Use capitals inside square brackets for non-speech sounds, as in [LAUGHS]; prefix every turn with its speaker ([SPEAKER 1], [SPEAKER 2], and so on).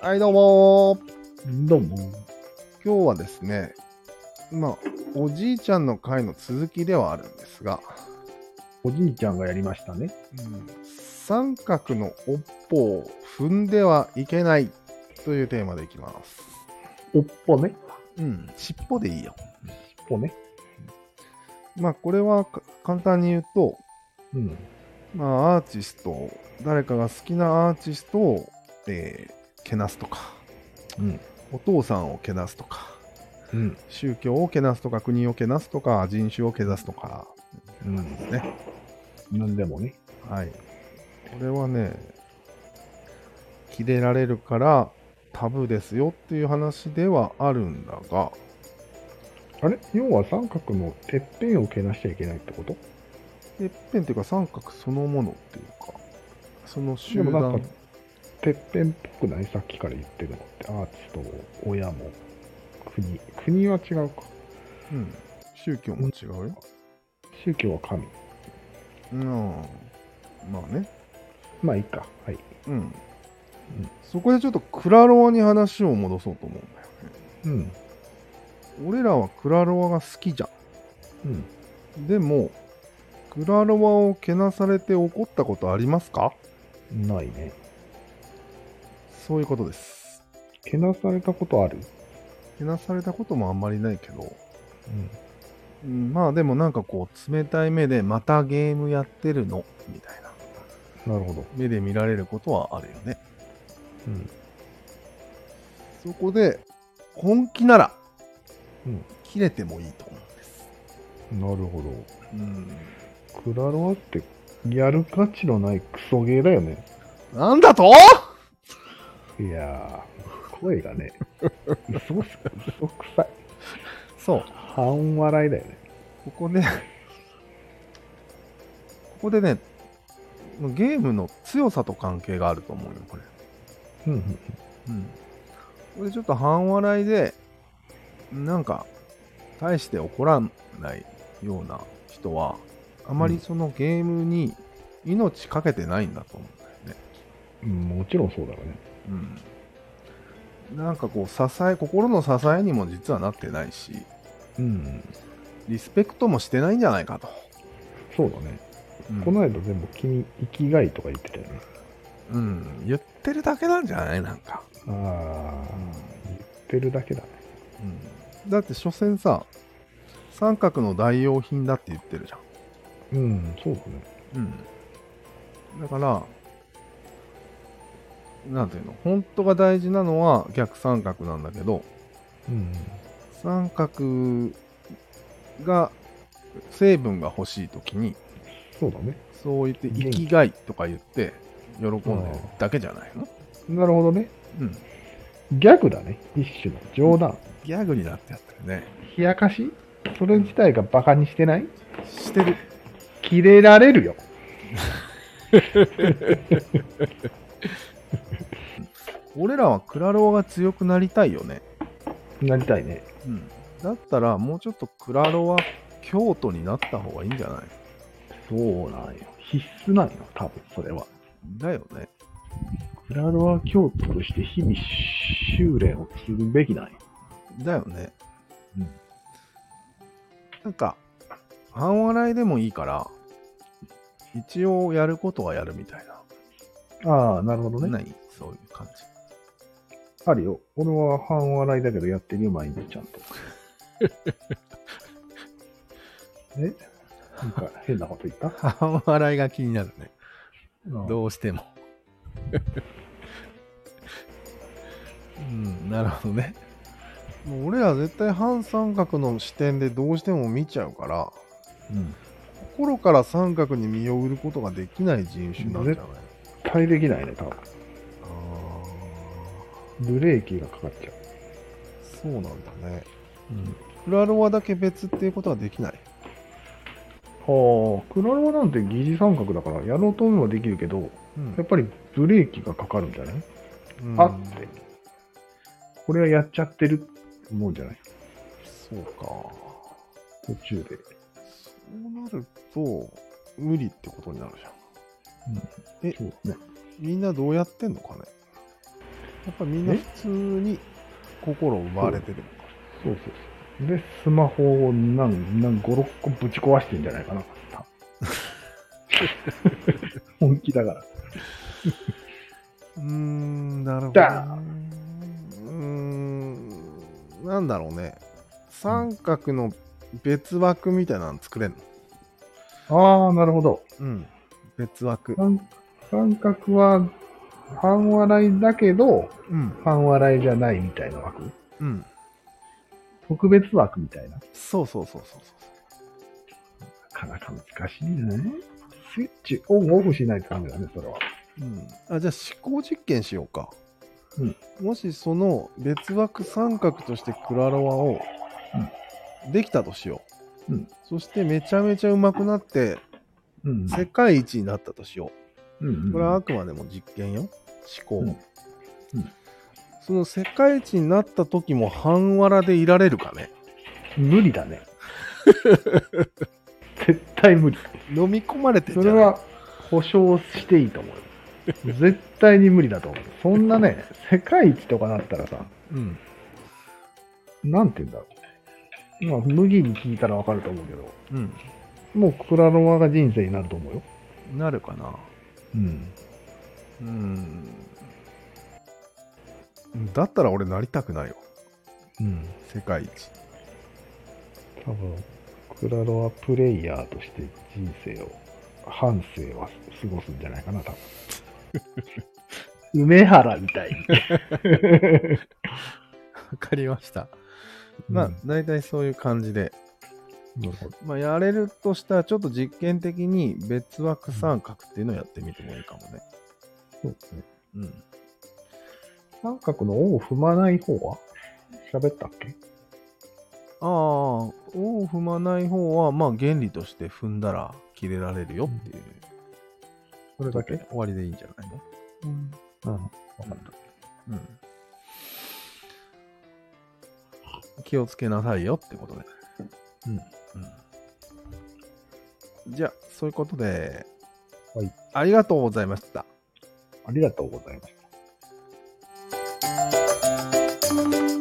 [SPEAKER 1] はい、どうもー。
[SPEAKER 2] どうも。
[SPEAKER 1] 今日はですね、まあ、おじいちゃんの会の続きではあるんですが、
[SPEAKER 2] おじいちゃんがやりましたね。
[SPEAKER 1] 三角の尾っぽを踏んではいけないというテーマでいきます。
[SPEAKER 2] おっぽね。
[SPEAKER 1] うん、尻尾でいいよ。
[SPEAKER 2] ぽね。
[SPEAKER 1] まあ、これはか簡単に言うと、
[SPEAKER 2] うん。
[SPEAKER 1] まあ、アーティストを、誰かが好きなアーティストを、えーけなすとか、
[SPEAKER 2] うん。
[SPEAKER 1] お父さんをけなすとか、
[SPEAKER 2] うん。
[SPEAKER 1] 宗教をけなすとか、国をけなすとか、人種をけなすとか、
[SPEAKER 2] うん。
[SPEAKER 1] ですね。
[SPEAKER 2] なんでもね。
[SPEAKER 1] はい。これはね、切れられるからタブーですよっていう話ではあるんだが、
[SPEAKER 2] あれ要は三角のてっぺんをけなしちゃいけないってこと
[SPEAKER 1] てっぺんっていうか三角そのものっていうか、その集
[SPEAKER 2] でもなん
[SPEAKER 1] 団
[SPEAKER 2] か、てっぺんっぽくないさっきから言ってるのって。アーティストも、親も、国。国は違うか。
[SPEAKER 1] うん、宗教も違うよ。
[SPEAKER 2] 宗教は神。
[SPEAKER 1] うん、まあね。
[SPEAKER 2] まあいいか。はい。
[SPEAKER 1] うん。そこでちょっとクラロワに話を戻そうと思うんだよ
[SPEAKER 2] うん。
[SPEAKER 1] ね。俺らはクラロワが好きじゃ
[SPEAKER 2] うん。
[SPEAKER 1] ん。でも、クラロワをけなされて怒ったことありますか
[SPEAKER 2] ないね。
[SPEAKER 1] そういうことです。
[SPEAKER 2] けなされたことある
[SPEAKER 1] けなされたこともあんまりないけど、
[SPEAKER 2] うん。
[SPEAKER 1] うんまあでもなんかこう冷たい目でまたゲームやってるのみたいな
[SPEAKER 2] なるほど。
[SPEAKER 1] 目で見られることはあるよね
[SPEAKER 2] うん。
[SPEAKER 1] そこで本気なら、
[SPEAKER 2] うん
[SPEAKER 1] 切れてもいいと思うんです、
[SPEAKER 2] なるほど。
[SPEAKER 1] うん、
[SPEAKER 2] クラロワってやる価値のないクソゲーだよね。
[SPEAKER 1] なんだと
[SPEAKER 2] いやー、声がね、嘘す嘘くさい。
[SPEAKER 1] そう
[SPEAKER 2] 半笑いだよね。
[SPEAKER 1] ここでここでねゲームの強さと関係があると思うよこれ
[SPEAKER 2] うんうん。
[SPEAKER 1] うん、これちょっと半笑いでなんか大して怒らないような人はあまりそのゲームに命かけてないんだと思うんだよね、
[SPEAKER 2] うんもちろんそうだろうね。
[SPEAKER 1] うん、なんかこう支え心の支えにも実はなってないし
[SPEAKER 2] うん。
[SPEAKER 1] リスペクトもしてないんじゃないかと、
[SPEAKER 2] そうだね。
[SPEAKER 1] うん
[SPEAKER 2] この間全部君、生きがいとか言ってたよね。
[SPEAKER 1] うん、言ってるだけなんじゃないなんか、
[SPEAKER 2] あー、言ってるだけだね。
[SPEAKER 1] うん、だって所詮さ三角の代用品だって言ってるじゃん
[SPEAKER 2] うん、そうだね。
[SPEAKER 1] うん、だから、なんていうの、本当が大事なのは逆三角なんだけど、
[SPEAKER 2] うん。
[SPEAKER 1] 三角が、成分が欲しいときに、
[SPEAKER 2] そうだね。
[SPEAKER 1] そう言って、
[SPEAKER 2] 元気
[SPEAKER 1] 生きがいとか言って、喜んでるだけじゃないの
[SPEAKER 2] なるほどね。
[SPEAKER 1] うん。
[SPEAKER 2] ギャグだね。一種の冗談。
[SPEAKER 1] ギャグになってやってるね。
[SPEAKER 2] 冷やかしそれ自体がバカにしてない
[SPEAKER 1] してる。
[SPEAKER 2] キレられるよ。
[SPEAKER 1] 俺らはクラロワが強くなりたいよね。
[SPEAKER 2] なりたいね。
[SPEAKER 1] うん。だったら、もうちょっとクラロワ京都になった方がいいんじゃない
[SPEAKER 2] そうなんよ。必須なんよ、多分それは。
[SPEAKER 1] だよね。
[SPEAKER 2] クラロワ教徒として日々修練をするべきなんよ。
[SPEAKER 1] だよね。
[SPEAKER 2] うん
[SPEAKER 1] なんか、半笑いでもいいから、一応やることはやるみたいな。
[SPEAKER 2] ああ、なるほどね。
[SPEAKER 1] ないそういう感じ。
[SPEAKER 2] あるよ。俺は半笑いだけどやってるよ、毎日ちゃ [LAUGHS] んと。えなんか変なこと言った
[SPEAKER 1] 半笑いが気になるね。
[SPEAKER 2] [LAUGHS] どう
[SPEAKER 1] どうしても。うん、なるほどね。もう俺ら絶対半三角の視点でどうしても見ちゃうから、
[SPEAKER 2] うん。
[SPEAKER 1] 心から三角に身を売ることができない人種なんじゃない
[SPEAKER 2] 対できないね、多分。
[SPEAKER 1] ああ。
[SPEAKER 2] ブレーキがかかっちゃう。
[SPEAKER 1] そうなんだね。クラロワだけ別っていうことはできない。
[SPEAKER 2] はあ、クラロワなんて疑似三角だから、やろうと思えばできるけど、やっぱりブレーキがかかるんじゃない
[SPEAKER 1] うん
[SPEAKER 2] あって。これはやっちゃってるって思うんじゃない
[SPEAKER 1] そうか。
[SPEAKER 2] 途中で。
[SPEAKER 1] そうなると、無理ってことになるじゃん。え
[SPEAKER 2] そうね。
[SPEAKER 1] みんなどうやってんのかね。やっぱみんな普通に心を奪われてるのか。
[SPEAKER 2] そうそうそう。で、スマホをなん、なん、5、6個ぶち壊してんじゃないかな。 [LAUGHS] 本気だから。
[SPEAKER 1] うーん、なるほど、ね
[SPEAKER 2] だ。
[SPEAKER 1] うーん、なんだろうね。三角の別枠みたいなの作れんの
[SPEAKER 2] ああ、なるほど。
[SPEAKER 1] うん。別枠。
[SPEAKER 2] 三三角は、半笑いだけど、
[SPEAKER 1] うん。
[SPEAKER 2] 半笑いじゃないみたいな枠。
[SPEAKER 1] うん。
[SPEAKER 2] 特別枠みたいな。
[SPEAKER 1] そうそうそうそうそう。
[SPEAKER 2] なかなか難しいね。スイッチオンオフしないとダメだね、それは。
[SPEAKER 1] うん、あじゃあ思考実験しようか、
[SPEAKER 2] うん
[SPEAKER 1] もしその別枠三角としてクラロワをできたとしよう、
[SPEAKER 2] うん
[SPEAKER 1] そしてめちゃめちゃうまくなって
[SPEAKER 2] うん
[SPEAKER 1] 世界一になったとしよ
[SPEAKER 2] うんう
[SPEAKER 1] うんこれはあくまでも実験よ思考、
[SPEAKER 2] うんうん
[SPEAKER 1] その世界一になった時も半わらでいられるかね
[SPEAKER 2] 無
[SPEAKER 1] [LAUGHS]
[SPEAKER 2] 理だね。絶対無理。
[SPEAKER 1] 飲み込まれてんじ
[SPEAKER 2] そ
[SPEAKER 1] ゃ
[SPEAKER 2] れ
[SPEAKER 1] ない
[SPEAKER 2] は保証していいと思うよ。絶対に無理だと思う。そんなね、世界一とかなったらさ、
[SPEAKER 1] うん
[SPEAKER 2] なんて言うんだろう。まあ、麦に聞いたらわかると思うけど、
[SPEAKER 1] う
[SPEAKER 2] もうクラロワが人生になると思うよ。
[SPEAKER 1] んなるかな
[SPEAKER 2] うん。
[SPEAKER 1] うんだったら俺なりたくないよ
[SPEAKER 2] うん。
[SPEAKER 1] 世界一
[SPEAKER 2] 多分、クラロワプレイヤーとして人生を、半生は過ごすんじゃないかな、多分。梅原みたいに。
[SPEAKER 1] わかりました。まあ、大体そういう感じで。
[SPEAKER 2] なるほど
[SPEAKER 1] まあ、やれるとしたら、ちょっと実験的に別枠三角っていうのをやってみてもいいかもね。
[SPEAKER 2] そうですね。
[SPEAKER 1] うん。
[SPEAKER 2] 三角の尾を踏まない方は喋ったっけ
[SPEAKER 1] ああ、尾を踏まない方は、まあ、原理として踏んだら切れられるよっていう。
[SPEAKER 2] それだけ
[SPEAKER 1] 終わりでいいんじゃないの
[SPEAKER 2] うん。わかった。
[SPEAKER 1] うん。気をつけなさいよってことで。
[SPEAKER 2] うん。
[SPEAKER 1] うん。じゃあ、そういうことで、
[SPEAKER 2] はい。
[SPEAKER 1] ありがとうございました。
[SPEAKER 2] ありがとうございました。